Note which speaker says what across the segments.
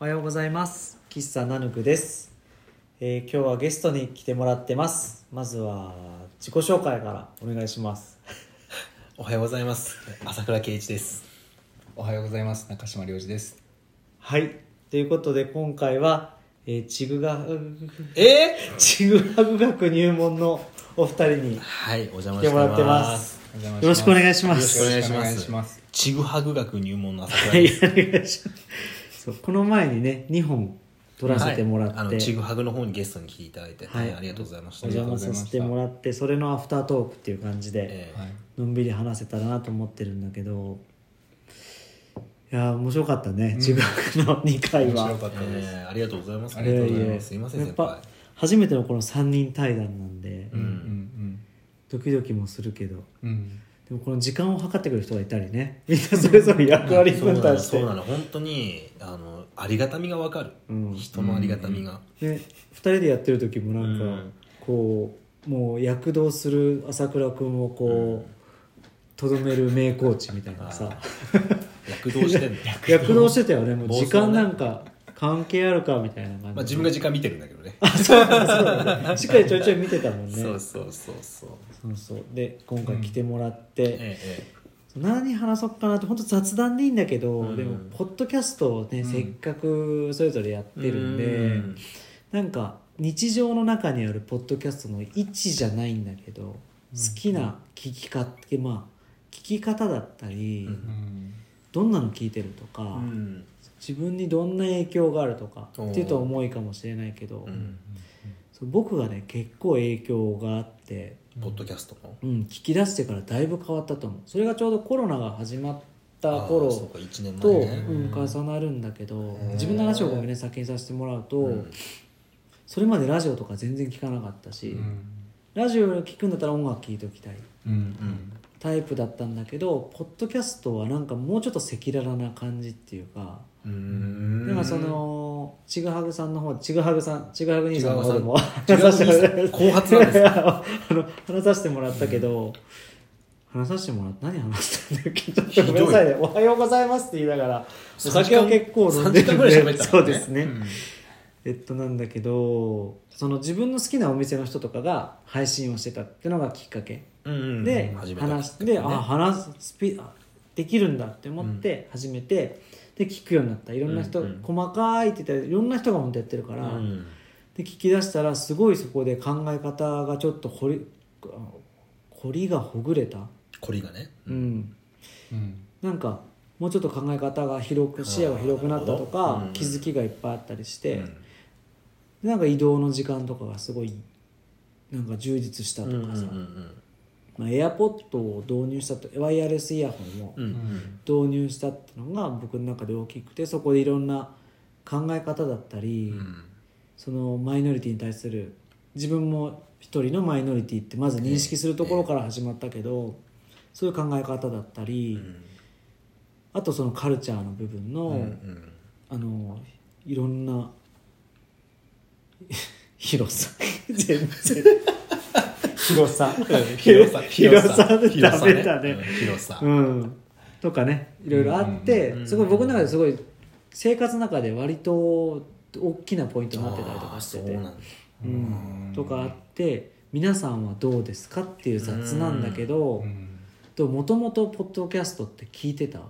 Speaker 1: おはようございます喫茶ナヌクです、えー今日はゲストに来てもらってますまずは自己紹介からお願いします
Speaker 2: おはようございます朝倉圭一です
Speaker 3: おはようございます中島良二です
Speaker 1: はいということで今回は、えー、ちぐが
Speaker 2: え
Speaker 1: ちぐはぐ学入門のお二人に
Speaker 2: はいお邪魔
Speaker 1: 来
Speaker 2: してて
Speaker 1: もらってます
Speaker 3: お邪魔
Speaker 1: よろしくお願いしま
Speaker 2: ます
Speaker 1: す
Speaker 2: よろしくお願い
Speaker 3: よろし
Speaker 2: し
Speaker 3: くお願
Speaker 2: ま
Speaker 3: いしますす
Speaker 2: ちぐはぐ学入門の朝
Speaker 1: は
Speaker 2: 倉
Speaker 1: い
Speaker 2: です
Speaker 1: お願いしますそうこの前にね2本取らせてもらって、
Speaker 2: はいあのちぐはぐの方にゲストに来ていただいて、
Speaker 1: はい
Speaker 2: はいありがとうございまし
Speaker 1: お
Speaker 2: た
Speaker 1: 邪魔させてもらってそれのアフタートークっていう感じで、
Speaker 2: ええ
Speaker 3: はい
Speaker 1: のんびり話せたらなと思ってるんだけどいやー面白かったね、自分の2回
Speaker 3: 面
Speaker 1: は
Speaker 3: 白かったです、
Speaker 2: ええありがとうございます
Speaker 3: ありがとうござい
Speaker 1: やや
Speaker 2: すいません
Speaker 1: やっ
Speaker 2: 先
Speaker 1: ぱ
Speaker 2: 輩
Speaker 1: 初めてのこの3人対談なんで、
Speaker 2: うん
Speaker 3: うん
Speaker 1: ドキドキもするけど
Speaker 3: うんうん
Speaker 1: でもこの時間を計ってくる人がいたりねみんなそれぞれ役割
Speaker 2: そう
Speaker 1: 分
Speaker 2: なの
Speaker 1: 担して
Speaker 2: そうなの本当にあのありがたみがわかる、
Speaker 1: うん
Speaker 2: 人のありがたみが、
Speaker 1: ね、2人でやってる時もなんか、
Speaker 2: うん
Speaker 1: こうもう躍動する朝倉君をこうとど、める名コーチみたいなさ
Speaker 2: 躍 動してんの
Speaker 1: 躍動してたよねもう
Speaker 2: 暴走
Speaker 1: 時
Speaker 2: ね
Speaker 1: 間なんか関係あるかみたいな感じで、
Speaker 2: まあ自分が時間見てるんだけどね
Speaker 1: しっかりちょいちょい見てたもんね
Speaker 2: そうそうそうそう
Speaker 1: そうそうで今回来てもらって、
Speaker 2: ええ
Speaker 1: 何話そうかなって本当雑談でいいんだけど、
Speaker 2: うん
Speaker 1: でもポッドキャストをね、
Speaker 3: うん
Speaker 1: せっかくそれぞれやっ
Speaker 2: ええ
Speaker 1: てるんで、
Speaker 2: うん
Speaker 1: なんか日常の中にあるポッドキャストの位置じゃないんだけど、好きな聞き方ってまあ聞き方だったり、
Speaker 2: う
Speaker 3: うんん
Speaker 1: どんなの聞いてるとか、
Speaker 2: うん
Speaker 1: 自分にどんな影響があるとか
Speaker 2: おー
Speaker 1: っていうと重いかもしれないけど、
Speaker 2: うん
Speaker 1: そう僕がね結構影響があって、
Speaker 2: ポッドキャストの
Speaker 1: うん、聞き出してからだいぶ変わったと思うそれがちょうどコロナが始まった頃
Speaker 2: あーそうか1年
Speaker 1: と、
Speaker 2: 前ね
Speaker 1: うん、重なるんだけど
Speaker 2: ー
Speaker 1: 自分の話をごめんね先にさせてもらうと、
Speaker 2: うん
Speaker 1: それまでラジオとか全然聞かなかったし、
Speaker 3: うん
Speaker 1: ラジオ聞くんだったら音楽聴いておきたい
Speaker 3: うんうん
Speaker 1: タイプだったんだけどポッドキャストはなんかもうちょっと赤裸々な感じっていうか、
Speaker 2: うーん
Speaker 1: なんかそのちぐはぐさんの方ちぐはぐさんちぐはぐ兄さんの方でも
Speaker 2: 違 う
Speaker 1: 話させてもらっ
Speaker 2: 後発なんですか
Speaker 1: あの 話させてもらったけど、話させてもらった何話したんだっけちょっ
Speaker 2: ひ
Speaker 1: と
Speaker 2: ど
Speaker 1: ごめんな
Speaker 2: い
Speaker 1: さいね「おはようございます」って言いながらお 酒を結構飲んでるん
Speaker 2: 3時間ぐらい喋
Speaker 1: で
Speaker 2: ったか
Speaker 1: そ
Speaker 2: らね
Speaker 1: うですね、
Speaker 3: うん
Speaker 1: えっとなんだけどその自分の好きなお店の人とかが配信をしてたっていうのがきっかけ
Speaker 2: うんうん
Speaker 1: で
Speaker 2: 初めて
Speaker 1: 話して、であ
Speaker 2: ね
Speaker 1: 話すスピあできるんだって思って始めて、で聞くようになったいろんな人、
Speaker 2: うんうん
Speaker 1: 細かいって言ったらいろんな人が本当やってるから、
Speaker 2: うん
Speaker 1: で聞き出したらすごいそこで考え方がちょっと掘りあ凝りがほぐれた、
Speaker 2: こりがね
Speaker 1: うん、
Speaker 3: うん
Speaker 1: なんかもうちょっと考え方が広く視野が広くなったと
Speaker 2: あーなる
Speaker 1: か
Speaker 2: ほ、どうん
Speaker 1: 気づきがいっぱいあったりして、
Speaker 2: うん
Speaker 1: でなんか移動の時間とかがすごいなんか充実したと
Speaker 2: うんうん
Speaker 1: か
Speaker 2: う
Speaker 1: さ、
Speaker 2: ん
Speaker 1: まあ、エアポッドを導入したとワイヤレスイヤホンを
Speaker 2: うんう
Speaker 3: うんん
Speaker 1: 導入したってのが僕の中で大きくてそこでいろんな考え方だったり、
Speaker 2: うん
Speaker 1: そのマイノリティに対する自分も一人のマイノリティってまず認識するところから始まったけど、そういう考え方だった
Speaker 2: う
Speaker 1: り、
Speaker 2: ん
Speaker 1: あとそのカルチャーの部分の、
Speaker 2: うんうん
Speaker 1: あのいろんな 広さ全然広さ
Speaker 2: 広さ
Speaker 1: 広さでダメだね
Speaker 2: うん広さ
Speaker 1: うん、とかねいろいろあって、
Speaker 2: うんうんうん
Speaker 1: すごい僕の中ですごい生活の中で割と大きなポイントになってたりとかして
Speaker 2: あー
Speaker 1: て
Speaker 2: そうなんだ
Speaker 1: うん、とかあって皆さんはどうですかっていう雑なんだけど
Speaker 3: うん
Speaker 1: もともとポッドキャストって聞いてた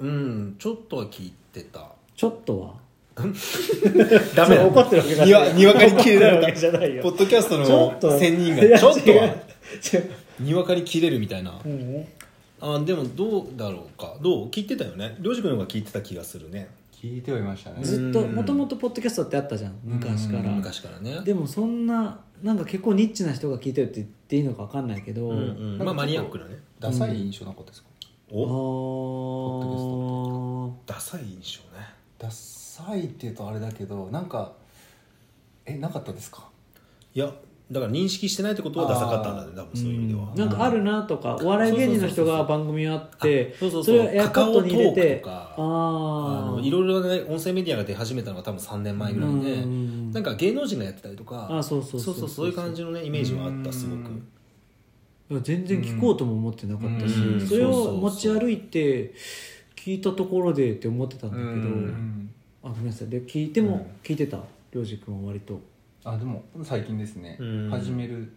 Speaker 2: うんちょっとは聞いてた
Speaker 1: ちょっと は
Speaker 2: ダメだ
Speaker 1: 怒ってるわけじゃ
Speaker 3: に
Speaker 1: な
Speaker 3: わ
Speaker 1: い
Speaker 3: にわかに切れら
Speaker 1: 怒ってるわ
Speaker 3: れ
Speaker 1: けじゃない
Speaker 3: た
Speaker 1: よ
Speaker 3: ポッドキャストの
Speaker 1: ちょっと
Speaker 3: 仙人
Speaker 1: いや
Speaker 3: がちょっと
Speaker 1: 違
Speaker 3: は
Speaker 1: う違う
Speaker 2: にわかに切れるみたいな
Speaker 1: うん
Speaker 2: あでもどうだろうかどう聞いてたよねりょうじくんの方が聞いてた気がするね
Speaker 3: 聞いてはいましたね
Speaker 1: ずっと
Speaker 2: うん
Speaker 1: もともとポッドキャストってあったじゃん昔か
Speaker 3: うん
Speaker 1: ら
Speaker 2: 昔からね
Speaker 1: でもそんななんか結構ニッチな人が聞いてるって言っていいのか分かんないけど、
Speaker 2: うんうんまあマニアックなね
Speaker 3: ダサい印象なかったですか
Speaker 1: あ
Speaker 2: お
Speaker 1: ー
Speaker 2: ダサい印象ね
Speaker 3: ダサいっていうとあれだけどなんかえなかったですか
Speaker 2: いやだから認識してないってことはダサかったんだね多分そういう意味では
Speaker 3: う
Speaker 1: なんかあるなとかお笑い芸人の人が番組あって
Speaker 2: そうそう
Speaker 1: そ
Speaker 2: そう
Speaker 1: れをエアポッドに入れて
Speaker 2: カカオトークとかあ
Speaker 1: あ
Speaker 2: の
Speaker 1: あ
Speaker 2: いろいろね音声メディアが出始めたのが多分3年前ぐらいでなん
Speaker 1: か
Speaker 2: か芸能人がやってたりとか
Speaker 1: あそうそ
Speaker 2: そううそうそういう感じのねイメージはあったすごく
Speaker 3: うん
Speaker 1: いや全然聞こうとも思ってなかったし
Speaker 2: うん
Speaker 1: それ
Speaker 2: そうそう
Speaker 1: を
Speaker 2: そう
Speaker 1: 持ち歩いて聞いたところでって思ってたんだけど、
Speaker 2: うん
Speaker 3: うん
Speaker 1: あごめんなさいで聞いて
Speaker 2: う
Speaker 1: も
Speaker 2: ん
Speaker 1: 聞いてた涼く君は割と
Speaker 3: あでも最近ですね、
Speaker 2: うん
Speaker 3: 始める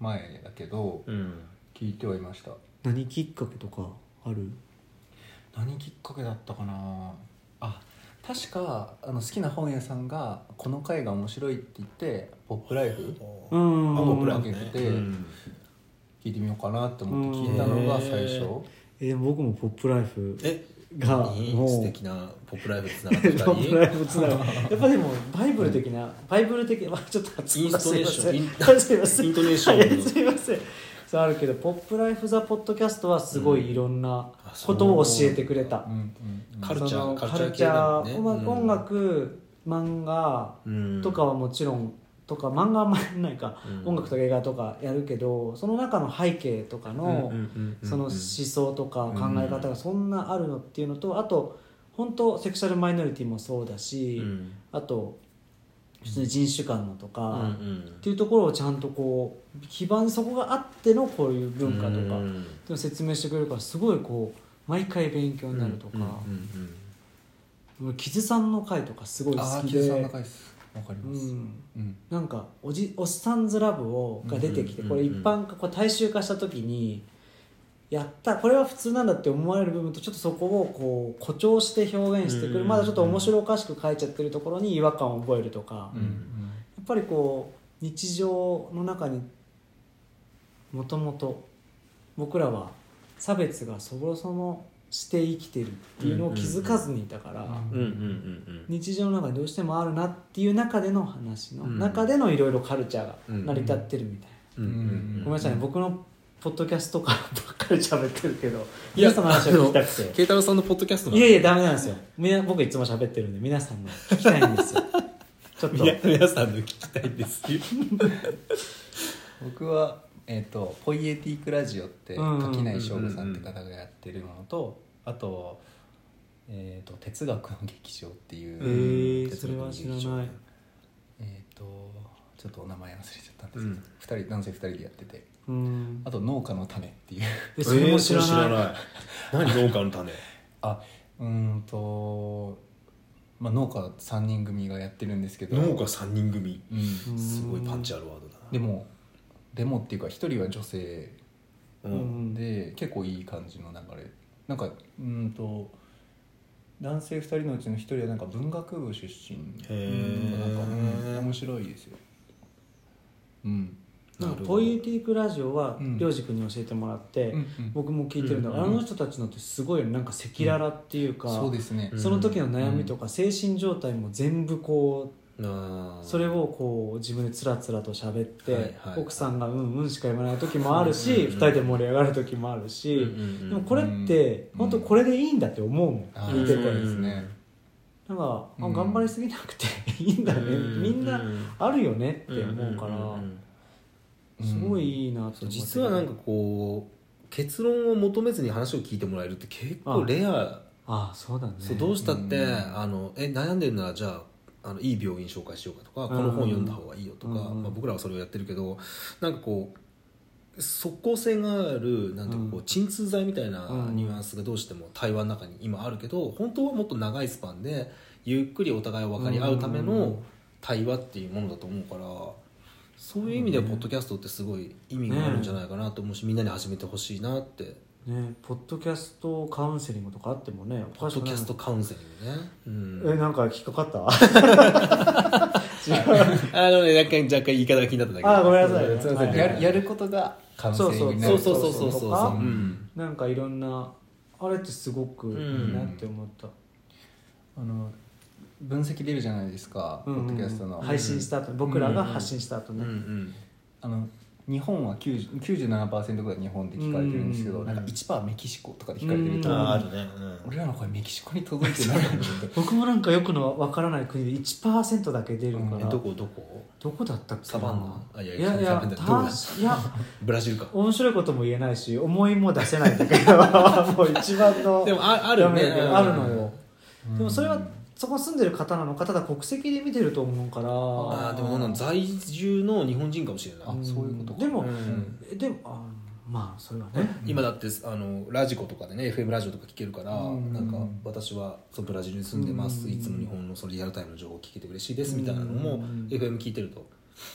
Speaker 3: 前だけど
Speaker 2: うん
Speaker 3: 聞いてはいました
Speaker 1: 何きっかけとかある
Speaker 3: 何きっかけだったかなあ確かあの好きな本屋さんが「この回が面白い」って言って「ポップライフ
Speaker 1: う
Speaker 2: あ
Speaker 1: ん
Speaker 3: あ
Speaker 2: 僕ら
Speaker 3: も
Speaker 2: ね
Speaker 3: かけてて
Speaker 2: うん」
Speaker 3: 聞いてみようかなって思って聞いたのが最初、
Speaker 2: うん
Speaker 1: えー僕も「ポップライフ
Speaker 2: え
Speaker 1: が
Speaker 2: いい
Speaker 1: もう
Speaker 2: 素敵なポップ ライフつながっ
Speaker 1: ポ
Speaker 2: て
Speaker 1: ップライ
Speaker 2: 2
Speaker 1: フつながる やっぱでもバイブル的な、バイブル的なまあちょっと発音がすいません
Speaker 2: イ ン
Speaker 1: すいませ
Speaker 2: 人
Speaker 1: ん
Speaker 2: イントネーシ
Speaker 1: は
Speaker 2: ョ
Speaker 1: い
Speaker 2: ン
Speaker 1: すいませんそうあるけど「ポップライフ・ザ・ポッドキャスト」はすごいいろんな
Speaker 2: あそう
Speaker 1: ことを教えてくれた、
Speaker 3: うんうんうん
Speaker 2: カルチャー
Speaker 1: その
Speaker 2: カ
Speaker 1: カ
Speaker 2: ルチャー
Speaker 1: ル
Speaker 2: 系
Speaker 1: チャ
Speaker 2: だもんね
Speaker 1: ー、まあ
Speaker 2: うん
Speaker 1: 音楽漫画
Speaker 2: うん
Speaker 1: とかはもちろんとか漫画はあんまりないか、
Speaker 2: うん
Speaker 1: 音楽とか映画とかやるけどその中の背景とかの、
Speaker 2: うんうんうんうん
Speaker 1: その思想とか考え方がそんなあるのっていうのと、あと本当セクシャルマイノリティもそうだし、
Speaker 2: うん
Speaker 1: あと普通に人種間のとか、
Speaker 2: うんう
Speaker 1: っ
Speaker 2: ん
Speaker 1: ていうところをちゃんとこう基盤そこがあってのこういう文化とか、
Speaker 2: う
Speaker 1: で
Speaker 2: ん
Speaker 1: も説明してくれるからすごいこう毎回勉強になるとか、
Speaker 2: うんうん
Speaker 1: 俺キズさんの回とかすごい好
Speaker 3: ああ
Speaker 1: き
Speaker 3: 木
Speaker 1: で
Speaker 3: 津さんの回ですわかり
Speaker 1: う
Speaker 3: ます、うん
Speaker 1: ん、なんかおじ「おっさんずラブを」が出てきて
Speaker 2: うん
Speaker 1: これ一般化これ大衆化した時にやったこれは普通なんだって思われる部分とちょっとそこをこう誇張して表現してく
Speaker 2: う
Speaker 1: る
Speaker 2: ん
Speaker 1: まだちょっと面白おかしく書いちゃってるところに違和感を覚えるとか
Speaker 3: う
Speaker 1: や
Speaker 3: んうん
Speaker 1: っぱりこう日常の中にもともと僕らは差別がそもそもして生きてるっていうのを気づかずにいたから。
Speaker 2: うんうんうんうん
Speaker 1: 日常の中にどうしてもあるなっていう中での話の
Speaker 2: うん
Speaker 1: 中でのいろいろカルチャーが
Speaker 2: うん
Speaker 1: 成り立ってるみたい
Speaker 2: うんうん
Speaker 1: な、
Speaker 2: う
Speaker 1: ご
Speaker 2: ん
Speaker 1: めんなさいね僕のポッドキャストからばっかり喋ってるけど
Speaker 2: いや
Speaker 1: 皆さんの話を聞きたくて
Speaker 2: 慶太郎さんのポッドキャストないん
Speaker 1: や
Speaker 2: で
Speaker 1: いやダメなんですよみな僕いつも喋ってるんで皆さんの聞きたいんですよちょっと
Speaker 2: みな皆さんの聞きたいです よ
Speaker 3: 僕は、えー、とポイエティックラジオって
Speaker 1: うんうんうんうん
Speaker 3: 垣内翔吾さんって方がやってるのとあと,、えー、と哲学の劇場ってい
Speaker 1: へ
Speaker 3: う、
Speaker 1: ー
Speaker 3: 哲学の劇
Speaker 1: そ
Speaker 3: 場
Speaker 1: れは知らない
Speaker 3: えっ、とちょっとお名前忘れちゃったんですけ
Speaker 2: う
Speaker 3: ど、
Speaker 2: ん
Speaker 3: 二人男性2人でやってて
Speaker 1: うん
Speaker 3: あと「農家の種」っていう
Speaker 1: えそれも知らない,、
Speaker 2: えーそ れ知らない何農家の種
Speaker 3: あうーんと、まあ、農家3人組がやってるんですけど
Speaker 2: 農家3人組
Speaker 3: うん、
Speaker 1: うん
Speaker 2: すごいパンチあるワードだな
Speaker 3: でもでもっていうか1人は女性
Speaker 2: う
Speaker 1: うんん
Speaker 3: で結構いい感じの流れなんかうーんと男性2人のうちの1人はなんか文学部出身
Speaker 2: へー
Speaker 3: なんか、うん面白いですようん、
Speaker 1: なんかポイエティックラジオは
Speaker 3: うん
Speaker 1: りょうじ君に教えてもらって、
Speaker 3: うんうん
Speaker 1: 僕も聞いてるんだから、
Speaker 3: うんうん
Speaker 1: あの人たちのってすごいなんか赤裸々っていうか、
Speaker 3: そうですね、
Speaker 2: うん
Speaker 1: その時の悩みとか精神状態も全部こ
Speaker 2: あ
Speaker 1: う
Speaker 2: ー
Speaker 1: それをこう自分でつらつらと喋って、
Speaker 2: はいはいはい
Speaker 1: 奥さんが「うんうん」しか言わない時もあるし、
Speaker 2: うんうんうん
Speaker 1: 2人で盛り上がる時もある
Speaker 2: うんう
Speaker 1: し、
Speaker 2: ん
Speaker 1: で
Speaker 2: う
Speaker 1: も
Speaker 2: ん
Speaker 1: これって、
Speaker 3: うん
Speaker 1: 本当これでいいんだって思うもん
Speaker 3: あ
Speaker 1: 聞いて
Speaker 3: ー
Speaker 1: て、
Speaker 3: そうですね
Speaker 1: なんか、あ
Speaker 3: うん
Speaker 1: 頑張りすぎなくていいんだね、
Speaker 2: うん
Speaker 1: みん
Speaker 2: う
Speaker 1: なんあるよねって思うから、
Speaker 2: んんん
Speaker 1: すごいいいなって
Speaker 2: そ
Speaker 1: 思って
Speaker 2: う実はなんかこう結論を求めずに話を聞いてもらえるって結構レア
Speaker 1: ああそうだね
Speaker 2: そうどうしたって、
Speaker 3: うん
Speaker 2: あのえ悩んでるならじゃああのいい病院紹介しようかとか、
Speaker 1: ん
Speaker 2: この本読んだ方がいいよとか、
Speaker 1: うん
Speaker 2: まあ、僕らはそれをやってるけどなんかこう即効性があるなんていうかこう
Speaker 1: うん
Speaker 2: 鎮痛剤みたいな
Speaker 1: うん
Speaker 2: ニュアンスがどうしても対話の中に今あるけど本当はもっと長いスパンでゆっくりお互いを分かり合うため
Speaker 1: うん
Speaker 2: の対話っていうものだと思うからそういう意味ではポッドキャストってすごい意味があるんじゃないかなと思うし、みんなに始めてほしいなって
Speaker 1: ねポッドキャストカウンセリングとかあってもねお
Speaker 2: ポ
Speaker 1: か
Speaker 2: ッ
Speaker 1: しく
Speaker 2: ド
Speaker 1: ない
Speaker 2: キャストカウンセリングね。うん
Speaker 1: えなんか引っかか った
Speaker 2: あのね、若干、若干言い方が気になっただけ。
Speaker 1: あごめんなさい
Speaker 3: すいません
Speaker 1: はい
Speaker 3: やるやることが完成にな
Speaker 2: そう
Speaker 3: る
Speaker 2: そうそうそうそう
Speaker 1: と
Speaker 2: そう。
Speaker 1: か
Speaker 2: うん
Speaker 1: なんかいろんなあれってすごくいいなって思った、
Speaker 3: あの分析出るじゃないですか、
Speaker 1: うんうん
Speaker 3: ポッドキャストの、
Speaker 1: 配信した後、僕らが発信した後
Speaker 2: うんう
Speaker 1: ね、
Speaker 2: ん。
Speaker 3: あの日本は90 97%ぐらい日本で聞かれてるんですけど、
Speaker 1: うん
Speaker 3: なんか1%メキシコとかで聞かれてると、
Speaker 1: うん
Speaker 2: ああ、あるね。
Speaker 3: 俺らの声メキシコに届いてないんだけど
Speaker 1: 僕もなんかよくのわからない国で1%だけ出るから、
Speaker 3: うん
Speaker 2: え、どこどこ
Speaker 1: どこだったっけな
Speaker 2: サバンナあ
Speaker 1: い
Speaker 2: い
Speaker 1: や
Speaker 2: や
Speaker 1: い
Speaker 2: い
Speaker 1: や
Speaker 2: や
Speaker 1: いや
Speaker 2: サバンナどこだ
Speaker 1: たいや
Speaker 2: ブラジルか。
Speaker 1: 面白いことも言えないし思いも出せないんだけど もう一番の
Speaker 2: でも、ああるね。
Speaker 1: ダメだけどあるのよ、
Speaker 3: うん
Speaker 1: でもそれはそこ住んでる方なのかただ国籍で見てると思うから
Speaker 2: ああ、でも、なんだ在住の日本人かもしれない。
Speaker 3: あそういうことか
Speaker 1: でも
Speaker 2: うん
Speaker 1: えでもあまあそれは ね
Speaker 2: 今だってあのラジコとかでね FM ラジオとか聞けるから、
Speaker 3: うん
Speaker 2: なんか私はそうブラジルに住んでます、
Speaker 1: うん
Speaker 2: いつも日本のそのリアルタイムの情報を聞けて嬉しいですみたいなの
Speaker 1: う
Speaker 2: も
Speaker 1: ん
Speaker 2: FM 聞いてると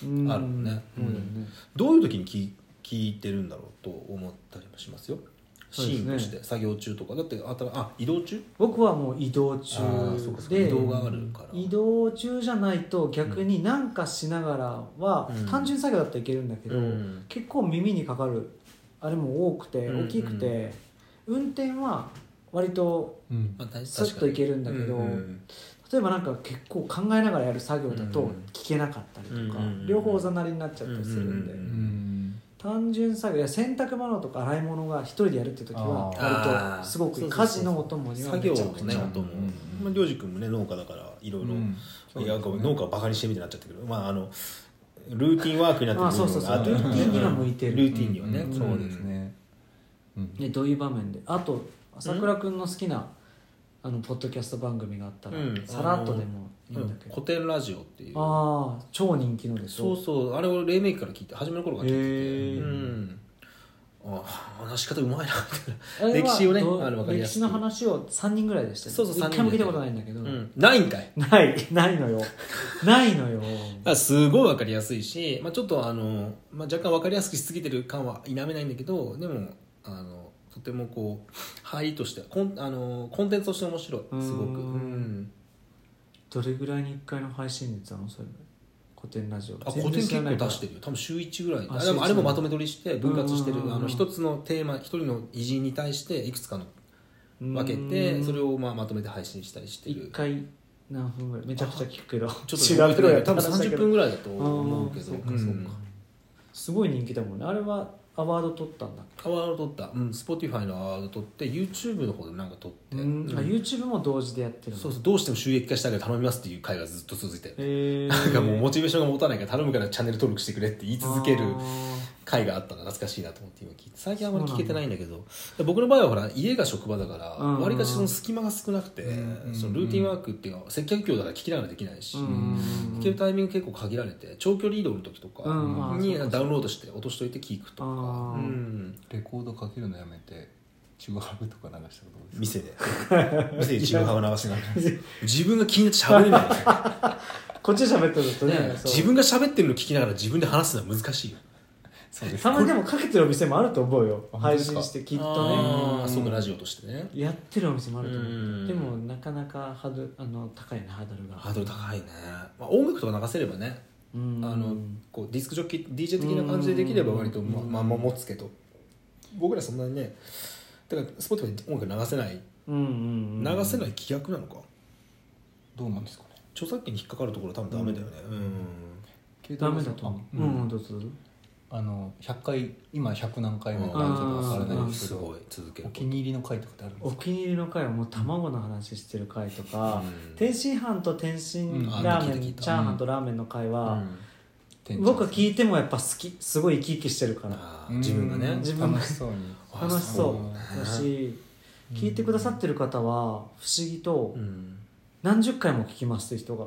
Speaker 1: うん
Speaker 2: あるもんね
Speaker 1: そうだよね
Speaker 2: どういう時に聞い聞いてるんだろうと思ったりもしますよ
Speaker 1: そ
Speaker 2: シ
Speaker 1: うです
Speaker 2: ー
Speaker 1: ね
Speaker 2: ンとして、作業中とかだってあたあ移動中
Speaker 1: 僕はもう移動中
Speaker 2: あーそうかそうか
Speaker 1: で
Speaker 2: 移動があるから
Speaker 1: 移動中じゃないと逆に何かしながらは、
Speaker 2: うん
Speaker 1: 単純作業だったらいけるんだけど、
Speaker 2: うん
Speaker 1: 結構耳にかかるあれも多くて
Speaker 2: うん
Speaker 1: 大きくて、運転は割と
Speaker 3: うん
Speaker 2: まあ大
Speaker 1: スッといけるんだけど
Speaker 2: うんうん
Speaker 1: 例えばなんか結構考えながらやる作業だ
Speaker 2: う
Speaker 1: と
Speaker 2: ん
Speaker 1: 聞けなかったりとか、
Speaker 2: うん
Speaker 1: 両方おざなりになっちゃったりするんで、
Speaker 2: うん
Speaker 3: うん
Speaker 1: 単純作業いや洗濯物とか洗い物が一人でやるって時は
Speaker 2: あー
Speaker 1: 割とすごく
Speaker 2: そう
Speaker 1: 家
Speaker 2: そうそ
Speaker 1: 事
Speaker 2: う
Speaker 1: のお供には
Speaker 2: 作
Speaker 1: め
Speaker 2: 業
Speaker 1: ちゃ
Speaker 2: の
Speaker 1: く
Speaker 2: ね
Speaker 1: ちゃ、
Speaker 2: 音も
Speaker 3: うん
Speaker 2: まあ涼く君もね農家だからいろいろいやなんか農家をバカにしてみたいになっちゃったけど、まあ、あのルーティンワークになってる部分があって
Speaker 1: あそうそうそう
Speaker 2: ね
Speaker 1: ルーティンには向いてる
Speaker 2: ルーティンにはね、
Speaker 3: うんそうですねうん
Speaker 1: でどういう場面であと朝倉君の好きなあのポッドキャスト番組があったら、
Speaker 2: うん
Speaker 1: さらっとでもいい
Speaker 2: うん
Speaker 1: だ
Speaker 2: ん
Speaker 1: けど、
Speaker 2: 古典ラジオっていう
Speaker 1: ああ超人気のでし
Speaker 2: そ
Speaker 1: ょ
Speaker 2: うそうあれを黎明期から聞いて初めの頃から聞い
Speaker 1: へ
Speaker 2: て
Speaker 1: ー
Speaker 2: て、うん、あ話し方うまいなみ
Speaker 1: あ
Speaker 2: たいな
Speaker 1: れは
Speaker 2: 歴史をね
Speaker 1: どう
Speaker 2: あのわかりや
Speaker 1: 歴
Speaker 2: す
Speaker 1: 史
Speaker 2: く
Speaker 1: の話を3人ぐらいでしたよ
Speaker 2: そうそう
Speaker 1: 一
Speaker 2: 三人で
Speaker 1: 回も聞いたことないんだけど、
Speaker 2: うん、ないんかい
Speaker 1: ないないのよないのよ
Speaker 2: あすごいわかりやすいし、まあ、ちょっとあの、まあ、若干わかりやすくしすぎてる感は否めないんだけどでもあのとてもこう入りとしてコンあのコンテンツとして面白いすご
Speaker 1: うーん
Speaker 2: くうん
Speaker 1: どれぐらいに1回の配信率なのそれ古典ラジオ
Speaker 2: あ古典結構出しててるよ多分週1ぐらい
Speaker 1: あ
Speaker 2: あでもあれ
Speaker 1: 週一なんだ
Speaker 2: もまとめ取りして分割してる
Speaker 1: うんうんうん
Speaker 2: あの一つのテーマ一人の偉人に対していくつかの分けてそれをまあまとめて配信したりして
Speaker 1: 1
Speaker 2: る
Speaker 1: 回何分ぐらいめちゃくちゃ聞くけど
Speaker 2: ちょっと覚えてない
Speaker 1: 違
Speaker 2: 多分
Speaker 1: 話だけ
Speaker 2: 30
Speaker 1: ど
Speaker 2: 分ぐらいだと思うけど
Speaker 1: あーそうかそうか
Speaker 2: ん
Speaker 1: すごい人気だもんねあれはアワード取ったんだっ
Speaker 2: アワード取った、うん、Spotify のアワード取って YouTube の方でもなんか取って、
Speaker 1: け、
Speaker 2: うん
Speaker 1: あ YouTube も同時でやってる
Speaker 2: そう
Speaker 1: そ
Speaker 2: そうどうしても収益化したいから頼みますっていう会がずっと続いて、
Speaker 1: へえ
Speaker 2: なんかもうモチベーションが持たないから頼むからチャンネル登録してくれって言い続ける回があったのが懐かしいなと思って今聞いて最近あんまり聞けてないんだけどで僕の場合はほら家が職場だから
Speaker 1: うんうん
Speaker 2: わりかしその隙間が少なくて
Speaker 3: うんうん
Speaker 2: そのルーティンワークっていうか接客業だから聞きながらできないし
Speaker 1: うんうんうん
Speaker 2: 聞けるタイミング結構限られて長距離移動の時とか
Speaker 1: うんあーそ
Speaker 2: に
Speaker 1: うかそうか
Speaker 2: ダウンロードして落としといて聞くとか
Speaker 1: あー
Speaker 2: うん
Speaker 3: レコードかけるのやめてチューハブとか流したことです
Speaker 2: 店で店で自分を流しながら自分が気になって喋れ ない
Speaker 1: こっちで喋ってるとね
Speaker 2: ね
Speaker 1: そう
Speaker 2: 自分が喋ってるの聞きながら自分で話すのは難しいよ
Speaker 3: そうです
Speaker 1: たまにでもかけてるお店もあると思うよ
Speaker 3: あ
Speaker 1: 配信してきっとね
Speaker 2: あーそうかラジオとしてね
Speaker 1: やってるお店もあると思う、
Speaker 2: うん
Speaker 1: でもなかなかハードあの高いねハードルが
Speaker 2: ハードル高いね、まあ、音楽とか流せればね
Speaker 1: うん
Speaker 2: あのこうディスクジョッキー DJ 的な感じでできれば割とま
Speaker 1: うん
Speaker 2: まあまあ持つけど僕らそんなにねだからスポットで音楽流せない
Speaker 1: うんうんうん
Speaker 2: 流せない規約なのか
Speaker 3: どうなんですかね
Speaker 2: 著作権に引っかかるところ多分ダメだよね
Speaker 3: 携
Speaker 1: ダ
Speaker 3: 帯
Speaker 1: メ
Speaker 3: の
Speaker 1: だと思う
Speaker 3: あ
Speaker 1: う、
Speaker 3: うんん
Speaker 1: うん、どうぞどうぞ
Speaker 3: あの100回今100何回目
Speaker 2: うん
Speaker 3: かあるかわから
Speaker 2: う
Speaker 3: ない
Speaker 2: ん
Speaker 3: です
Speaker 2: す
Speaker 3: け
Speaker 2: ご
Speaker 3: ど
Speaker 2: い続ける
Speaker 3: お
Speaker 2: こ
Speaker 3: 気
Speaker 2: と
Speaker 3: に入りの回とかってあるんで
Speaker 1: お
Speaker 3: すか
Speaker 1: 気に入りの回はもう卵の話してる回とか、
Speaker 2: うん
Speaker 1: 天津飯と天津
Speaker 3: うん
Speaker 1: ラーメ
Speaker 2: あ聞
Speaker 1: ン、
Speaker 2: いた聞いた
Speaker 1: チャーハンとラーメンの回は、
Speaker 3: 店長
Speaker 1: 僕は聞いてもやっぱ好きすごい生き生きしてるから
Speaker 2: あ
Speaker 3: う
Speaker 2: ー
Speaker 3: ん
Speaker 2: 自分がね
Speaker 1: 自分が
Speaker 3: 楽しそうに
Speaker 2: あ
Speaker 1: 楽し
Speaker 2: そ
Speaker 1: そうだし聞いてくださってる方は不思議と
Speaker 2: うん
Speaker 1: 何十回も聞きますって人が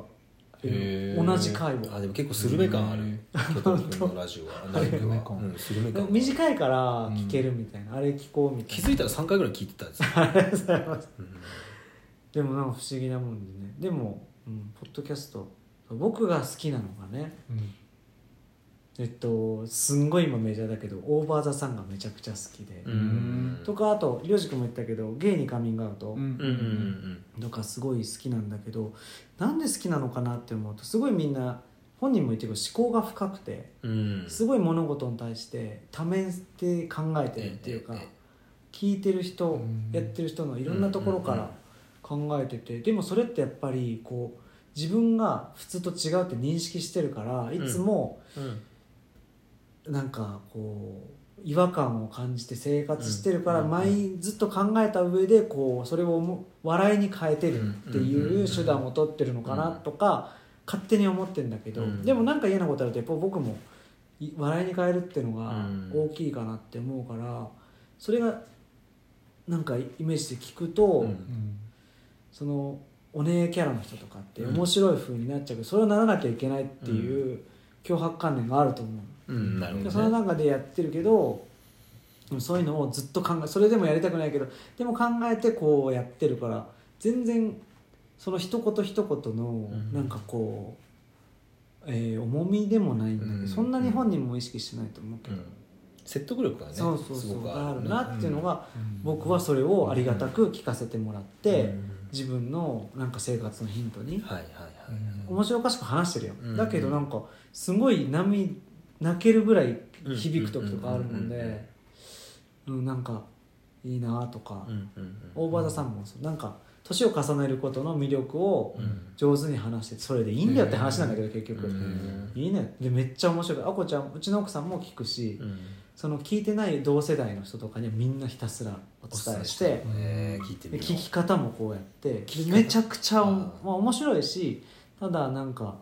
Speaker 1: いる
Speaker 3: へー
Speaker 1: 同じ回を
Speaker 2: あでも結構スルメ感ある
Speaker 3: うん
Speaker 2: ケトル君のラジオは内容は
Speaker 3: 本当
Speaker 2: うんスルメ感
Speaker 1: 短いから聞けるみたいな、あれ聞こうみたい
Speaker 2: 気
Speaker 1: な
Speaker 2: づいたら3回ぐらい聞いてたんですようん
Speaker 1: でもなんか不思議なもんでねでも、うん、ポッドキャスト僕が好きなのがね
Speaker 3: うん
Speaker 1: えっとすんごい今メジャーだけど「オーバー・ザ・さんがめちゃくちゃ好きで、
Speaker 2: うん
Speaker 1: とかあとりょうじくんも言ったけどゲイにカミングアウト、
Speaker 3: う
Speaker 2: う
Speaker 3: ん
Speaker 2: んうんうん
Speaker 1: とかすごい好きなんだけどなんで好きなのかなって思うとすごいみんな本人も言ってるけど思考が深くて
Speaker 2: うん
Speaker 1: すごい物事に対して多面で考えてるっていうか
Speaker 2: えええ
Speaker 1: 聞いてる人
Speaker 3: うん
Speaker 1: やってる人のいろんなところから考えててでもそれってやっぱりこう自分が普通と違うって認識してるからいつも
Speaker 2: えうん
Speaker 1: なんかこう。違和感を感じて生活してるから
Speaker 2: うん
Speaker 1: 毎ずっと考えた上でこうそれをも笑いに変えてるっていう手段を取ってるのかなとか勝手に思ってるんだけど、
Speaker 2: うん
Speaker 1: でもなんか嫌なことあるとやっぱ僕もい笑いに変えるっていうのが
Speaker 2: うん
Speaker 1: 大きいかなって思うからそれがなんかイメージで聞くと、
Speaker 2: うん
Speaker 1: そのお姉キャラの人とかって
Speaker 2: うん
Speaker 1: 面白い風になっちゃうけどそれはならなきゃいけないっていう脅迫観念があると思う、
Speaker 2: うんなるほ
Speaker 1: で
Speaker 2: ど
Speaker 1: その
Speaker 2: ね
Speaker 1: 中でやってるけどでもそういうのをずっと考えそれでもやりたくないけどでも考えてこうやってるから全然その一言一言の
Speaker 2: うん
Speaker 1: なんかこう、えー重みでもないんだけど、
Speaker 2: うん
Speaker 1: そんなに本人も意識してないと思うけ
Speaker 2: う
Speaker 1: ど、
Speaker 2: ん、説得力がね
Speaker 1: そうそう
Speaker 2: す
Speaker 1: そ
Speaker 2: ご
Speaker 1: う
Speaker 2: く
Speaker 1: が
Speaker 2: あ
Speaker 1: あ
Speaker 2: る
Speaker 1: るなっていうのが、
Speaker 3: うん
Speaker 1: 僕はそれをありがたく聞かせてもらって、
Speaker 2: うん
Speaker 1: 自分のなんか生活のヒントに
Speaker 2: はいはいはい、
Speaker 1: 面白おかしく話してるよ、
Speaker 2: うん
Speaker 1: だけどなんかすごい波泣けるぐらい響く時とかあるもん
Speaker 2: うんうんうん
Speaker 1: でうんなんかいいなとか、
Speaker 2: うんうんうん、
Speaker 1: 大場田さんもそうなんか年を重ねることの魅力を
Speaker 2: うん
Speaker 1: 上手に話してそれでいいんだよって話なんだけど結局、
Speaker 2: うん
Speaker 1: いいねでめっちゃ面白いあこちゃんうちの奥さんも聞くし、
Speaker 2: うん
Speaker 1: その聞いてない同世代の人とかにはみんなひたすらお伝えして
Speaker 2: ね聞いて
Speaker 1: で
Speaker 2: みよう
Speaker 1: 聞き方もこうやって
Speaker 2: き方
Speaker 1: めちゃくちゃお、
Speaker 2: あー
Speaker 1: まあ、面白いしただなんか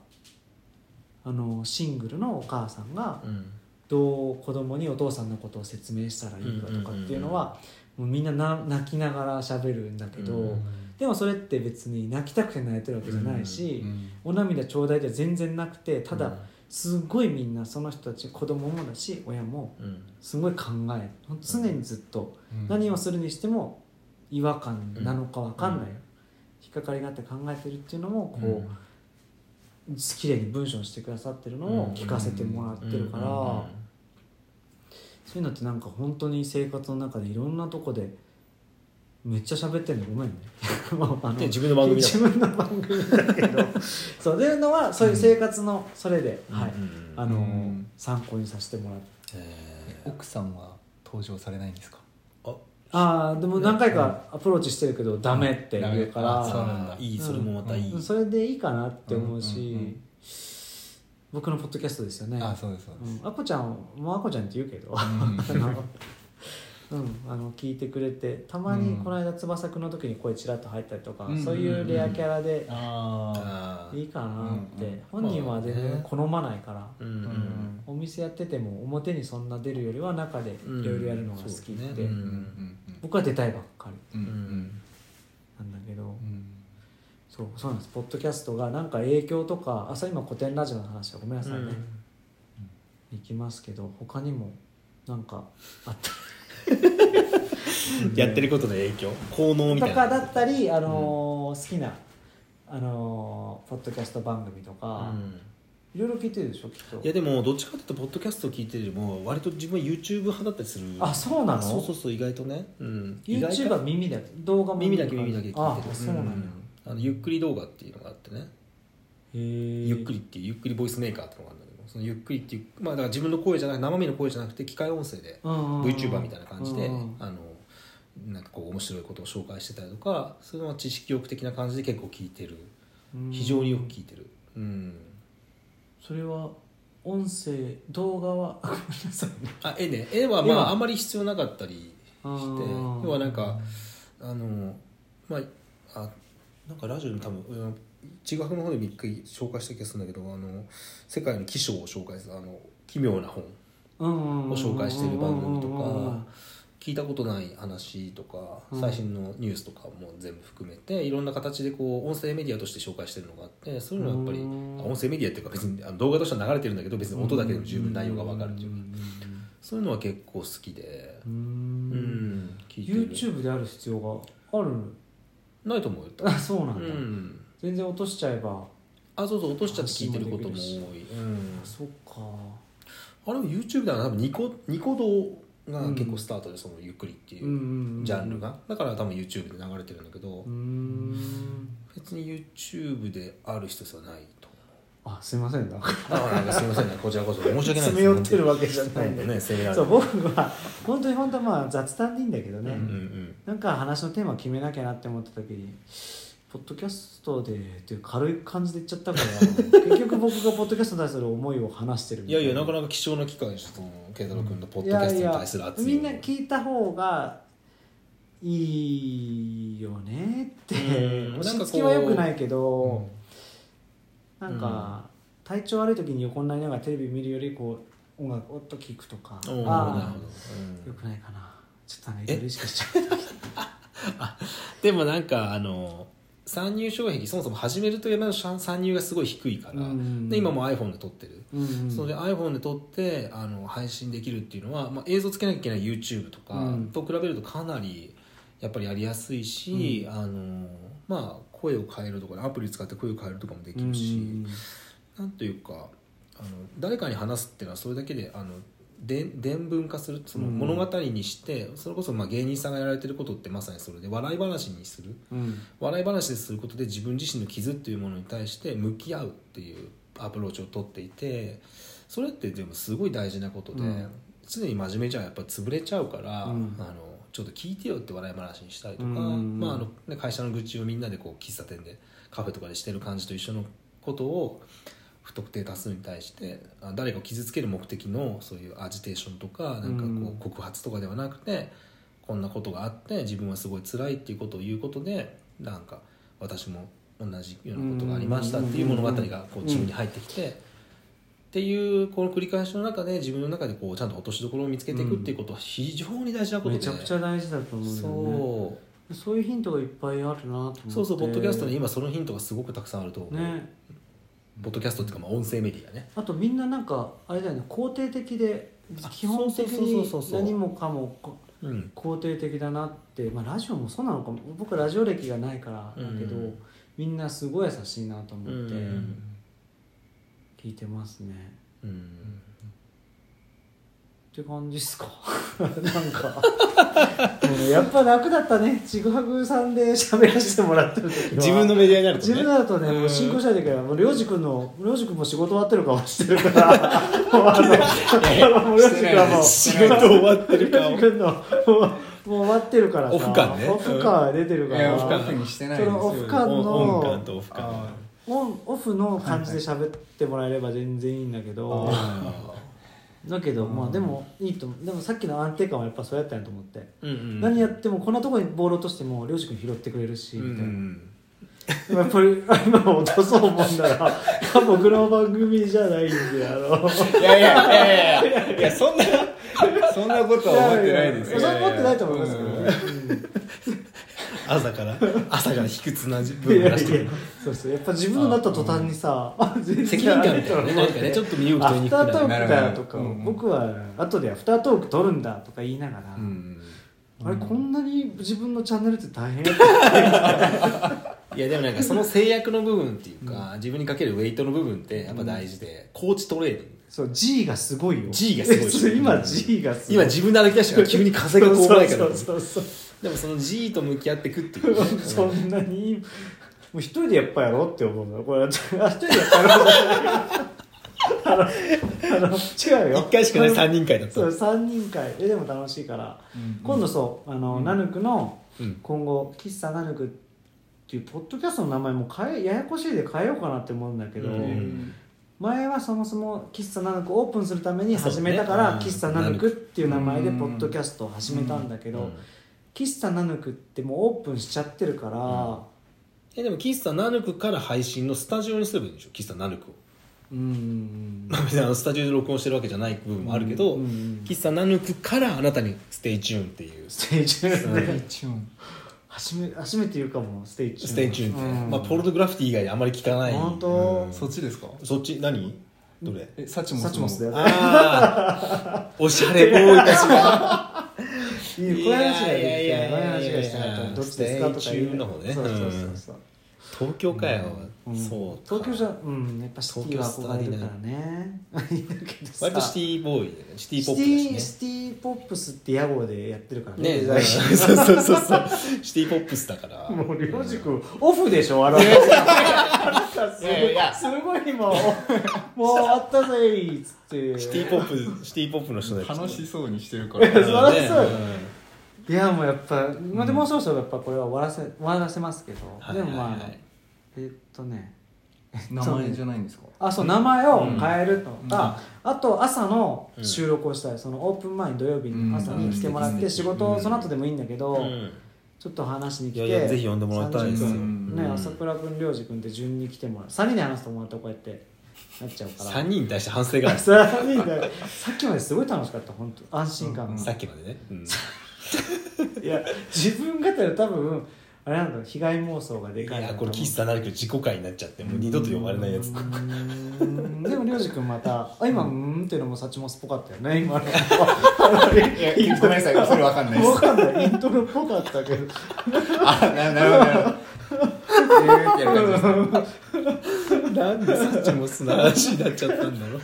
Speaker 1: あのシングルのお母さんが
Speaker 2: うん
Speaker 1: どう子供にお父さんのことを説明したらいいかとかっていうのはもうみんなな泣きながら喋るんだけど、
Speaker 2: うん
Speaker 1: でもそれって別に泣きたくて泣いてるわけじゃないし、
Speaker 3: うん
Speaker 1: お涙ちょうだいじゃ全然なくてた
Speaker 2: う
Speaker 1: だ
Speaker 2: ん
Speaker 1: すごいみんなその人たち子供もだし親も
Speaker 2: うん
Speaker 1: すごい考える常にずっと。何をするにしても違和感なのか分かんない、
Speaker 2: うん
Speaker 1: 引っかかりがあって考えてるっていうのもこ
Speaker 2: うん
Speaker 1: う、綺麗に文章にしてくださってるの
Speaker 2: うん
Speaker 1: を聞かせてもらってるから、そういうのってなんか本当に生活の中でいろんなとこでめっちゃ喋ってんのご めんねまああの
Speaker 2: で自分の番組だ
Speaker 1: 自分の番組だけど そういうのはそういう生活のそれで、はい
Speaker 2: うんうんうん
Speaker 1: あの
Speaker 3: うん
Speaker 1: 参考にさせてもらって
Speaker 2: えー
Speaker 3: 奥さんは登場されないんですか
Speaker 2: あ
Speaker 1: ああでも何回かアプローチしてるけど、ダメって言うから、
Speaker 3: ダメあそうなんだ
Speaker 2: いいそれもまたいい、
Speaker 1: うんそれでいいかなって思うし、
Speaker 3: うんうんうん
Speaker 1: 僕のポッドキャストですよね
Speaker 3: あそうですそうで
Speaker 1: うんあこちゃんもあこちゃんって言うけ ど、
Speaker 3: す
Speaker 1: あのうん、あの聞いてくれてたまに
Speaker 3: うん
Speaker 1: この間翼くんの時に声ちらっと入ったりとか、
Speaker 3: うんうんうん
Speaker 1: そういうレアキャラで
Speaker 3: あ
Speaker 2: あー
Speaker 1: いいかなって、
Speaker 3: うんうん
Speaker 1: 本人は全
Speaker 2: まあ
Speaker 1: 然
Speaker 2: ね
Speaker 1: 好まないから、
Speaker 2: うん
Speaker 3: あ
Speaker 1: お
Speaker 2: うん
Speaker 1: 店やってても表にそんな出るよりは中でいろいろやるのが好きって、
Speaker 2: うんそうね
Speaker 3: うんうん
Speaker 1: 僕は出たいばっかり
Speaker 3: うんうん
Speaker 1: なんだけど、
Speaker 3: うん
Speaker 1: そうそうなんですポッドキャストがなんか影響とかあそう今古典ラジオの話はごめんなさいね、行きますけど他にもなんかあった
Speaker 2: うんやってることの影響効能みたい
Speaker 1: と
Speaker 2: な
Speaker 1: かだったり、あのー好きな、あのーポッドキャスト番組と
Speaker 2: う
Speaker 1: か、
Speaker 2: ん
Speaker 1: いろいろ聞いてるでしょきっと
Speaker 2: いやでもどっちかというとポッドキャストを聞いてるよりも割と自分は YouTube 派だったりする
Speaker 1: あそうなの
Speaker 2: そうそうそう意外とね、うん、意外と
Speaker 1: YouTube は耳だけ動画も
Speaker 2: 耳だけ耳だけ聞いてる
Speaker 1: あそうなんだ、
Speaker 2: んあのゆっくり動画っていうのがあってね、
Speaker 1: へえ
Speaker 2: ゆっくりっていうゆっくりボイスメーカーっていうのがあるんだけどそのゆっくりっていうまあだから自分の声じゃなく生身の声じゃなくて機械音声で VTuber みたいな感じで、あのなんかこう面白いことを紹介してたりとかそういうのは知識欲的な感じで結構聞いてる非常によく聞いてるうん
Speaker 1: それは音声動画はごめんなさいね
Speaker 2: あ絵ね絵はま
Speaker 1: 絵は
Speaker 2: ああんまり必要なかったりして
Speaker 1: うん
Speaker 2: 要はなんかあのまああなんかラジオでも多分うん地学の方でも一回紹介した気がするんだけどあの世界の気象を紹介するあの奇妙な本
Speaker 1: を
Speaker 2: を紹介している番組とか聞いたことない話とか
Speaker 1: うん
Speaker 2: 最新のニュースとかも全部含めていろんな形でこう音声メディアとして紹介してるのがあってそういうのはやっぱり
Speaker 1: うん
Speaker 2: あ音声メディアっていうか別にあの動画としては流れてるんだけど別に音だけでも十分内容が分かるっていうかそういうのは結構好きで
Speaker 1: う
Speaker 2: うんん聞いてる
Speaker 1: YouTube である必要がある
Speaker 2: ないと思うよ
Speaker 1: あそうなん
Speaker 2: う
Speaker 1: だ、
Speaker 2: ん
Speaker 1: 全然落としちゃえば
Speaker 2: あそうそう落としちゃって聞いてることも多い、うん
Speaker 1: あ、そっか
Speaker 2: あれも YouTube では多分ニコニコ動が結構スタートでそのゆっくりっていうジャンルがだから多分 YouTube で流れてるんだけど
Speaker 1: うーん
Speaker 2: 別に YouTube である必要はないと
Speaker 1: あすいませんだ
Speaker 2: だからなんかすみませんねこちらこそ申し訳ない
Speaker 1: 詰め寄ってるわけじゃないん
Speaker 2: ね
Speaker 1: で
Speaker 2: ね攻められ
Speaker 1: そ
Speaker 2: る
Speaker 1: う僕は本当に本当はまあ雑談でいいんだけどね、
Speaker 2: うんうん
Speaker 1: なんか話のテーマ決めなきゃなって思った時にポッドキャストでっていう軽い感じで言っちゃったから結局僕がポッドキャストに対する思いを話してる
Speaker 2: うん
Speaker 1: み
Speaker 2: い
Speaker 1: た
Speaker 2: や
Speaker 1: ない
Speaker 2: やなかなか貴重な機会でしたその慶太郎君のポッドキャストに対する熱い
Speaker 1: いやいやみんな聞いた方がいいよねって
Speaker 2: うん
Speaker 1: 押し付けはよくないけど
Speaker 2: ん
Speaker 1: なんか体調悪い時に横になりながらテレビ見るよりこう音楽をっと聞くとか
Speaker 2: おーなる
Speaker 1: あ
Speaker 2: ほど、
Speaker 1: あ
Speaker 2: う
Speaker 1: よ
Speaker 2: ん
Speaker 1: くないかなちょっとなんかいろいろ意識しちゃう
Speaker 2: でもなんかあの参入障壁そもそも始めるという前の参参入がすごい低いから、
Speaker 1: うん
Speaker 2: で今もう iPhone で撮ってる、
Speaker 1: うんうん
Speaker 2: それで iPhone で撮ってあの配信できるっていうのは、まあ、映像つけなきゃいけない YouTube とか
Speaker 1: うん
Speaker 2: と比べるとかなりやっぱりやりやすいし、あのまあ、声を変えるとかアプリ使って声を変えるとかもできるし、
Speaker 1: うん
Speaker 2: なんというかあの誰かに話すっていうのはそれだけであので伝文化するその
Speaker 1: うん
Speaker 2: 物語にして、それこそまあ芸人さんがやられてることってまさにそれで笑い話にする
Speaker 1: うん
Speaker 2: 笑い話ですることで自分自身の傷っていうものに対して向き合うっていうアプローチを取っていてそれってでもすごい大事なことで、
Speaker 1: うん
Speaker 2: 常に真面目じゃやっぱ潰れちゃうから、
Speaker 1: うん
Speaker 2: あのちょっと聞いてよって笑い話にしたりとか、
Speaker 1: うん
Speaker 2: まああのね、会社の愚痴をみんなでこう喫茶店でカフェとかでしてる感じと一緒のことを不特定多数に対してあ誰かを傷つける目的のそういうアジテーションとかなんかこ
Speaker 1: うん
Speaker 2: う告発とかではなくて、こんなことがあって自分はすごい辛いっていうことを言うことでなんか私も同じようなことがありましたっていう物語がこ
Speaker 1: うん
Speaker 2: う自分に入ってきて、っていうこの繰り返しの中で自分の中でこうちゃんと落としどころを見つけていくっていうことは非常に大事なことで、
Speaker 1: めちゃくちゃ大事だと思うんだよね
Speaker 2: そう
Speaker 1: そういうヒントがいっぱいあるなと思って
Speaker 2: そうそうポッドキャストに今そのヒントがすごくたくさんあると思う、
Speaker 1: ね
Speaker 2: ポッドキャストっていうかまあ音声メディアね
Speaker 1: あとみんななんかあれだよね肯定的で
Speaker 2: あ
Speaker 1: 基本的
Speaker 2: そうそうそうそう
Speaker 1: に
Speaker 2: そう
Speaker 1: 何もかもこ
Speaker 2: うん
Speaker 1: 肯定的だなって、まあ、ラジオもそうなのかも僕ラジオ歴がないからだけど、
Speaker 2: うん
Speaker 1: みんなすごい優しいなと思っ
Speaker 2: う
Speaker 1: て
Speaker 2: ん
Speaker 1: 聞いてますね、
Speaker 2: うん
Speaker 1: って感じっすか なんかうんやっぱ楽だったねちぐはぐさんで喋らせてもらってる時は
Speaker 2: 自分のメディアになると、ね、
Speaker 1: 自分だとね、もう進行したい時はもうりょうじくんのりょうじくんも仕事終わってる顔してるから もうあ のもうりょうじくんはもう
Speaker 2: 仕事終わってる
Speaker 1: りょ
Speaker 2: 顔
Speaker 1: うじくんのもうもう終わってるからさ
Speaker 2: オフ感ね
Speaker 1: オフ感は出てる
Speaker 3: い
Speaker 1: から、
Speaker 3: やオフカフにしてないです
Speaker 1: そのオフ
Speaker 3: よ
Speaker 1: 感の
Speaker 2: オン感とオフ感
Speaker 3: あ
Speaker 1: オンオフの感じで喋ってもらえれば全然いいんだけどだけどまあでもいいと思うでもさっきの安定感はやっぱそうやったんやと思って、
Speaker 2: うんうん
Speaker 1: 何やってもこんなとこにボール落としても涼く君拾ってくれるし
Speaker 2: うんう
Speaker 1: みたいな、
Speaker 2: ん
Speaker 1: やっぱり今落とそうもんなら僕の番組じゃないんであ の
Speaker 3: いやいやいやいやいやいやそんなそんなことは思ってないですよ
Speaker 1: いやややそう思ってないと思いますけどね、
Speaker 2: 朝から朝から卑屈な自
Speaker 1: うんい
Speaker 2: 分を
Speaker 1: や
Speaker 2: 出してく
Speaker 1: い
Speaker 2: る
Speaker 1: やそうそうやっぱ自分のなった途端にさ、全
Speaker 2: 責任感みたいなね
Speaker 1: あれだ
Speaker 2: なんかねちょっと身動き
Speaker 1: ア
Speaker 2: 取り
Speaker 1: フ
Speaker 2: に
Speaker 1: タ
Speaker 2: くく
Speaker 1: ート
Speaker 2: な
Speaker 1: ー
Speaker 2: る
Speaker 1: クだとか、
Speaker 3: なるほどね
Speaker 1: 僕は後でアフタートーク撮るんだとか言いながら、
Speaker 2: うん
Speaker 1: あれこんなに自分のチャンネルって大変
Speaker 2: いやでもなんかその制約の部分っていうか、自分にかけるウェイトの部分ってやっぱ大事で、コーチトレーニング
Speaker 1: そう G がすごいよ
Speaker 2: G がすごい
Speaker 1: そう今 G がすごい
Speaker 2: 今自分で歩き出したから急に風がこうないから
Speaker 1: そうそうそうそう
Speaker 2: でもその G と向き合ってくっていう
Speaker 1: そんなにもう一人でやっぱやろうって思うのこれあ一人でやっぱやろうじゃないあのあの違うよ
Speaker 2: 一回しかない3
Speaker 1: 人
Speaker 2: 人会だった
Speaker 1: そう3人会えでも楽しいから、
Speaker 3: うん
Speaker 1: 今度そうあの、ナヌクの
Speaker 2: うん
Speaker 1: 今後喫茶ナヌクっていうポッドキャストの名前も変えややこしいで変えようかなって思うんだけど、
Speaker 2: うん
Speaker 1: 前はそもそも喫茶ナヌクオープンするために始めたか
Speaker 2: そう
Speaker 1: ら、
Speaker 2: ねうん
Speaker 1: 喫茶ナヌクっていう名前で
Speaker 3: うん
Speaker 1: ポッドキャストを始めたんだけど、
Speaker 2: うん
Speaker 1: 喫茶ナヌクってもうオープンしちゃってるから、
Speaker 2: えでも喫茶ナヌクから配信のスタジオにすればいいんでしょ喫茶ナヌクを
Speaker 1: うん
Speaker 2: まあ別にあのスタジオで録音してるわけじゃない部分もあるけど、
Speaker 1: うんうん
Speaker 2: 喫茶ナヌクからあなたにステイチューンっていうス
Speaker 1: ステージューンね
Speaker 3: 一応
Speaker 1: 初め初めて言うかもステージューン
Speaker 2: テイチューンって、
Speaker 1: うん
Speaker 2: まあ、ポルノグラフィティ以外であまり聞かない
Speaker 1: 本当
Speaker 2: うん
Speaker 3: そ
Speaker 2: そ
Speaker 3: っちですか
Speaker 2: そっち何どれ
Speaker 3: えサチモス
Speaker 1: サチモスだよ
Speaker 2: ああおしゃれボーイたちが
Speaker 1: いいこういう話がいい
Speaker 2: いやいやい
Speaker 1: こういう
Speaker 2: やい
Speaker 1: 話
Speaker 2: やいや
Speaker 1: がしたかったどっちですかとか
Speaker 2: ステイチューンの方ね
Speaker 1: そうそうそうそう、
Speaker 2: 東京かよ、
Speaker 1: うん
Speaker 2: そうか
Speaker 1: 東京じゃうんやっぱシティは憧れるからねいいんだけどさ
Speaker 2: 割とシティボーイだよねシティポ
Speaker 1: シテ
Speaker 2: ップだし
Speaker 1: ィ
Speaker 2: ね
Speaker 1: シティポップスって屋号でやってるから
Speaker 2: ね
Speaker 1: ね
Speaker 2: そう そうそうそうシティポップスだから
Speaker 1: もう両軸オフでしょあれはすごいすごい今 もうあったぜいっつって
Speaker 2: シティポップシティポップの人だ
Speaker 3: 楽しそうにしてるから
Speaker 1: いやそりゃそうよ
Speaker 2: ね
Speaker 1: いやもうやっぱ、まあ、でもうそろそろやっぱこれは終わらせ終わらせますけど、
Speaker 2: はい
Speaker 1: でもまあ、
Speaker 2: はいはい
Speaker 1: えっとね
Speaker 3: 名前じゃないんですか
Speaker 1: あそう名前を変えると
Speaker 3: うん
Speaker 1: か、あと朝の収録をしたい、そのオープン前に土曜日に朝に来てもらっ
Speaker 2: う
Speaker 1: て
Speaker 2: ん
Speaker 1: 仕事、
Speaker 2: うん
Speaker 1: その後でもいいんだけど、
Speaker 2: うん
Speaker 1: ちょっと話しに来て
Speaker 2: いやいやぜひ呼んでもらいたいです
Speaker 3: よ
Speaker 1: 30分ね、
Speaker 2: うん
Speaker 1: 朝倉君涼二君って順に来てもらう3人で話すと思うとこうやってなっちゃうから
Speaker 2: 3人に対して反省がある
Speaker 1: 3人でさっきまですごい楽しかった本当安心感が、
Speaker 3: うん
Speaker 2: さっきまでね、うん
Speaker 1: いや自分語りは多分あれなんだろう被害妄想がで
Speaker 2: い
Speaker 1: かいな
Speaker 2: やこれ喫茶なるけど自己回になっちゃってもう二度と読まれないやつ
Speaker 1: うーんでもりょうじくんまたあ今うーんっていうのもサチモスっぽかったよね今の
Speaker 3: いやごめんなさいそれわかんないで
Speaker 1: わ
Speaker 3: す
Speaker 1: かんないイントロっぽかったけど
Speaker 3: あななるほどなるほどえーってやる感じですね
Speaker 2: なんでサッチモスの話になっちゃったんだ ろう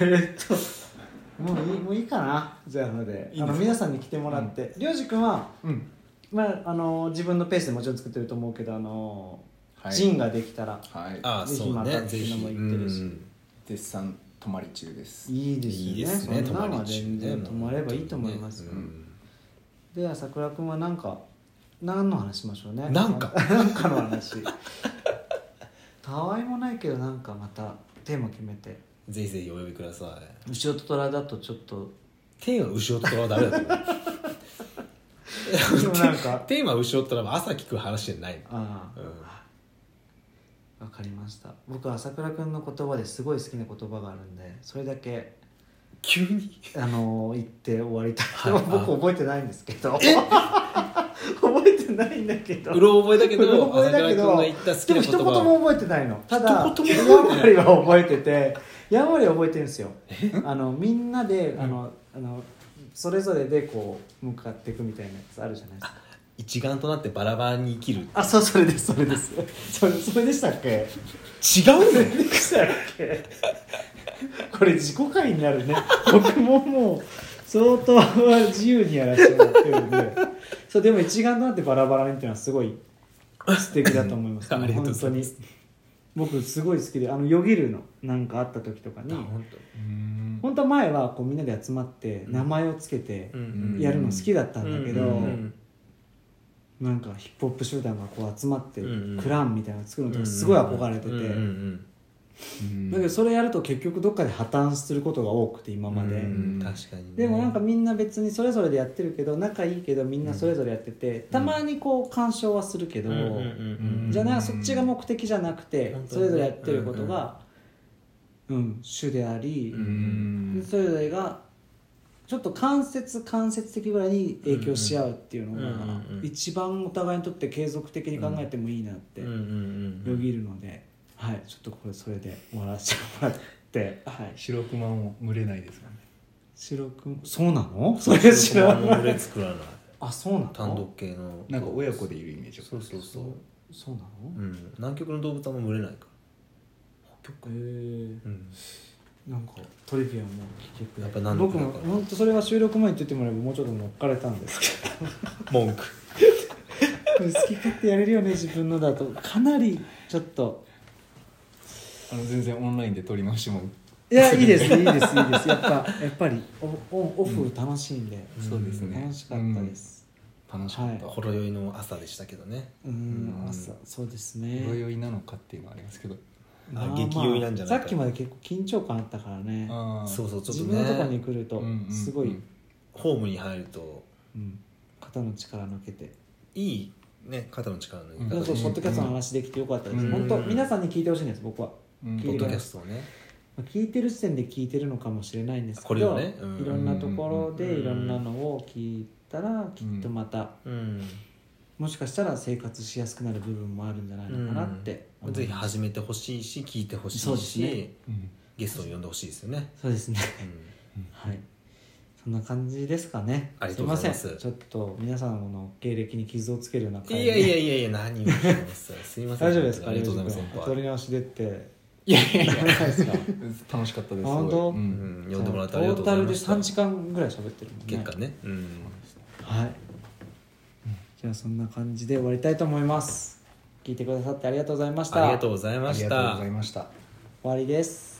Speaker 1: えっともういいもういいかなじゃあので
Speaker 3: いいんですか
Speaker 1: あの皆さんに来てもらってりょうじくんは、
Speaker 3: うん
Speaker 1: まあ、あの自分のペースでもちろん作ってると思うけどあの、
Speaker 3: はい
Speaker 1: ジンができたら
Speaker 3: はい
Speaker 2: ああ
Speaker 1: ぜひ
Speaker 2: そう
Speaker 1: また
Speaker 2: ね
Speaker 1: って
Speaker 2: ぜ
Speaker 1: いう
Speaker 2: ひ
Speaker 1: のも
Speaker 2: う
Speaker 1: 言ってるし
Speaker 2: ん
Speaker 3: 絶賛泊まり中です
Speaker 1: いいですよね
Speaker 2: いいですね
Speaker 1: そ
Speaker 2: 泊
Speaker 1: んな
Speaker 2: ま
Speaker 1: のは
Speaker 2: り中
Speaker 1: 全
Speaker 2: ね
Speaker 1: 然泊まればいいと思いますよ、
Speaker 2: うん
Speaker 1: で朝倉君は何か何の話しましょうね
Speaker 2: なんか
Speaker 1: なんかの話 たわいもないけどなんかまたテーマ決めて
Speaker 2: ぜひぜひお呼びくださ
Speaker 1: 後ろと虎だとちょっと
Speaker 2: いテーマ後ろと虎はダメだと思う
Speaker 1: でもなんか
Speaker 2: テーマ後ろと虎は朝聞く話じゃない
Speaker 1: ああ
Speaker 2: うん
Speaker 1: わかりました僕は朝倉君の言葉ですごい好きな言葉があるんでそれだけ
Speaker 2: 急に
Speaker 1: あのー言って終わりたい、
Speaker 2: はい
Speaker 1: 僕覚えてないんですけど 覚えてないんだけど
Speaker 2: うろ覚えだけ
Speaker 1: うろ
Speaker 2: ど
Speaker 1: 覚え
Speaker 2: 朝
Speaker 1: だ
Speaker 2: 倉
Speaker 1: け
Speaker 2: 君
Speaker 1: ど
Speaker 2: が言った好き
Speaker 1: でも
Speaker 2: な
Speaker 1: 一
Speaker 2: 言
Speaker 1: 言
Speaker 2: 葉
Speaker 1: も覚えてないのただやんわ
Speaker 2: 一言も覚えてない
Speaker 1: りは覚えててやんわりは覚えてるんですよあのみんなであの、あのそれぞれでこう向かっていくみたいなやつあるじゃないですか
Speaker 2: 一丸となってバラバラに生きる
Speaker 1: あそうそれですそれです それそれでしたっけ
Speaker 2: 違う
Speaker 1: それで
Speaker 2: ね
Speaker 1: したっけこれ自己回になるね僕ももう相当自由にやらせてもらってるんでそうでも一丸となってバラバラにっていうのはすごい素敵だと思います
Speaker 2: ありがとうございま
Speaker 1: 本当に僕すごい好きであのよぎるのなんかあった時とかに
Speaker 3: うん
Speaker 1: 本当は前はこうみんなで集まって名前をつけて
Speaker 3: ん
Speaker 1: やるの好きだったんだけど、
Speaker 2: うんうん
Speaker 1: なんかヒップホップ集団がこう集まって
Speaker 2: うんうん
Speaker 1: クランみたいなの作るのと
Speaker 2: うん
Speaker 1: かすごい憧れてて、
Speaker 2: うんうん
Speaker 1: だけどそれやると結局どっかで破綻することが多くて今
Speaker 2: うん
Speaker 1: まで、
Speaker 2: うん確かにね
Speaker 1: でもなんかみんな別にそれぞれでやってるけど仲いいけどみんなそれぞれやってて、たまにこう干渉はするけど、
Speaker 2: うんうんうんうん
Speaker 1: じゃあなそっちが目的じゃなくて、
Speaker 2: 本当
Speaker 1: そ
Speaker 2: にね
Speaker 1: れぞれやってることが、うん主であり、
Speaker 2: う
Speaker 1: でそれぞれがちょっと間接間接的ぐらいに影響し合うっていうのが、
Speaker 2: うんうんうん
Speaker 1: 一番お互いにとって継続的に考えてもいいなって
Speaker 2: うんうんう
Speaker 1: よ
Speaker 2: ん
Speaker 1: ぎるので、はい、ちょっとこれそれで終わらせてもらって、はい、
Speaker 3: 白熊も群れないですかね
Speaker 1: 白くんそうなのそれ知ら
Speaker 2: その
Speaker 1: ない
Speaker 2: 群れ作らない
Speaker 1: あそうなの
Speaker 2: 単独系の
Speaker 3: なんか親子でいるイメージ
Speaker 2: そうそうそう
Speaker 1: そうなの、
Speaker 2: うん南極の動物はもう群れないから
Speaker 1: へ
Speaker 2: うん
Speaker 1: えなんかトリビアも聞けて
Speaker 2: やっぱなんだ
Speaker 1: 僕も本当それは収録前に言ってもらえばもうちょっと乗っかれたんですけ
Speaker 2: 文句
Speaker 1: ど好き勝手やれるよね自分のだとかなりちょっと
Speaker 3: あの全然オンラインで撮り直しても
Speaker 1: い やいいですいいですいいです やっぱやっぱりオオオフ楽しいんで、
Speaker 2: ん
Speaker 3: そうですね
Speaker 1: 楽しかったです、
Speaker 3: 楽しかった
Speaker 1: は
Speaker 2: ほろ酔いの朝でしたけどね
Speaker 1: うーん
Speaker 3: うん
Speaker 1: 朝そうですね
Speaker 3: ほろ酔いなのかっていうのはありますけど
Speaker 2: あ激酔いなんじゃないか
Speaker 1: さっきまで結構緊張感あったからね
Speaker 3: あー
Speaker 2: そうそうちょっ
Speaker 1: 自
Speaker 2: と
Speaker 1: 分のとこに
Speaker 2: ね
Speaker 1: 来ると
Speaker 3: うんうんうん
Speaker 1: すごい、
Speaker 2: ホームに入ると
Speaker 1: うん肩の力抜けて
Speaker 2: いいね肩の力の抜
Speaker 3: うん
Speaker 1: 本当
Speaker 2: き
Speaker 1: ポッドキャストの
Speaker 2: うん
Speaker 1: 話できてよかったです、
Speaker 2: うん
Speaker 1: 本当皆さんに聞いてほしいんです僕は
Speaker 3: うん
Speaker 1: 聞い
Speaker 2: ポッ
Speaker 1: て
Speaker 2: ド
Speaker 1: ま
Speaker 2: キ
Speaker 1: す
Speaker 2: ャストをね
Speaker 1: まあ聞いてる時点で聞いてるのかもしれないんですけ
Speaker 2: これを
Speaker 1: ど、
Speaker 2: ねうん
Speaker 1: いろんなところで
Speaker 2: うん
Speaker 1: いろんなのを聞いたらきっとまた、
Speaker 2: うん
Speaker 1: もしかしたら生活しやすくなる部分もあるんじゃないのかなって思います、
Speaker 2: ぜひ始めてほしいし聞いてほし
Speaker 1: そう
Speaker 2: い
Speaker 1: です
Speaker 2: し、
Speaker 1: ね
Speaker 3: うん
Speaker 2: ゲストを呼んでほしいですよね、
Speaker 1: そうですね
Speaker 2: うん
Speaker 1: はいそんな感じですかね
Speaker 2: ありがとうございます
Speaker 1: いませんちょっと皆さんの経歴に傷をつけるような感
Speaker 2: いやいやいやいや何を言ってますすいません
Speaker 1: 大丈夫ですか
Speaker 2: ありがとうございます
Speaker 1: リュウジ君
Speaker 2: 先
Speaker 1: 取
Speaker 2: 輩
Speaker 1: り直しでって
Speaker 3: いやいやい
Speaker 1: な
Speaker 3: や
Speaker 1: らないですか
Speaker 3: 楽しかったです
Speaker 1: あ本当
Speaker 3: すごいうん
Speaker 2: うん呼んでもらってありがとうございました
Speaker 1: トータルで3時間ぐらい喋ってるもんね
Speaker 2: 結果ね、うん、
Speaker 1: はいじゃあそんな感じで終わりたいと思います聞いてくださってありがとうございました
Speaker 2: ありがとうござい
Speaker 3: あ
Speaker 2: ま
Speaker 3: り
Speaker 2: し
Speaker 3: がとうご
Speaker 2: た
Speaker 3: ざいました
Speaker 1: 終わりです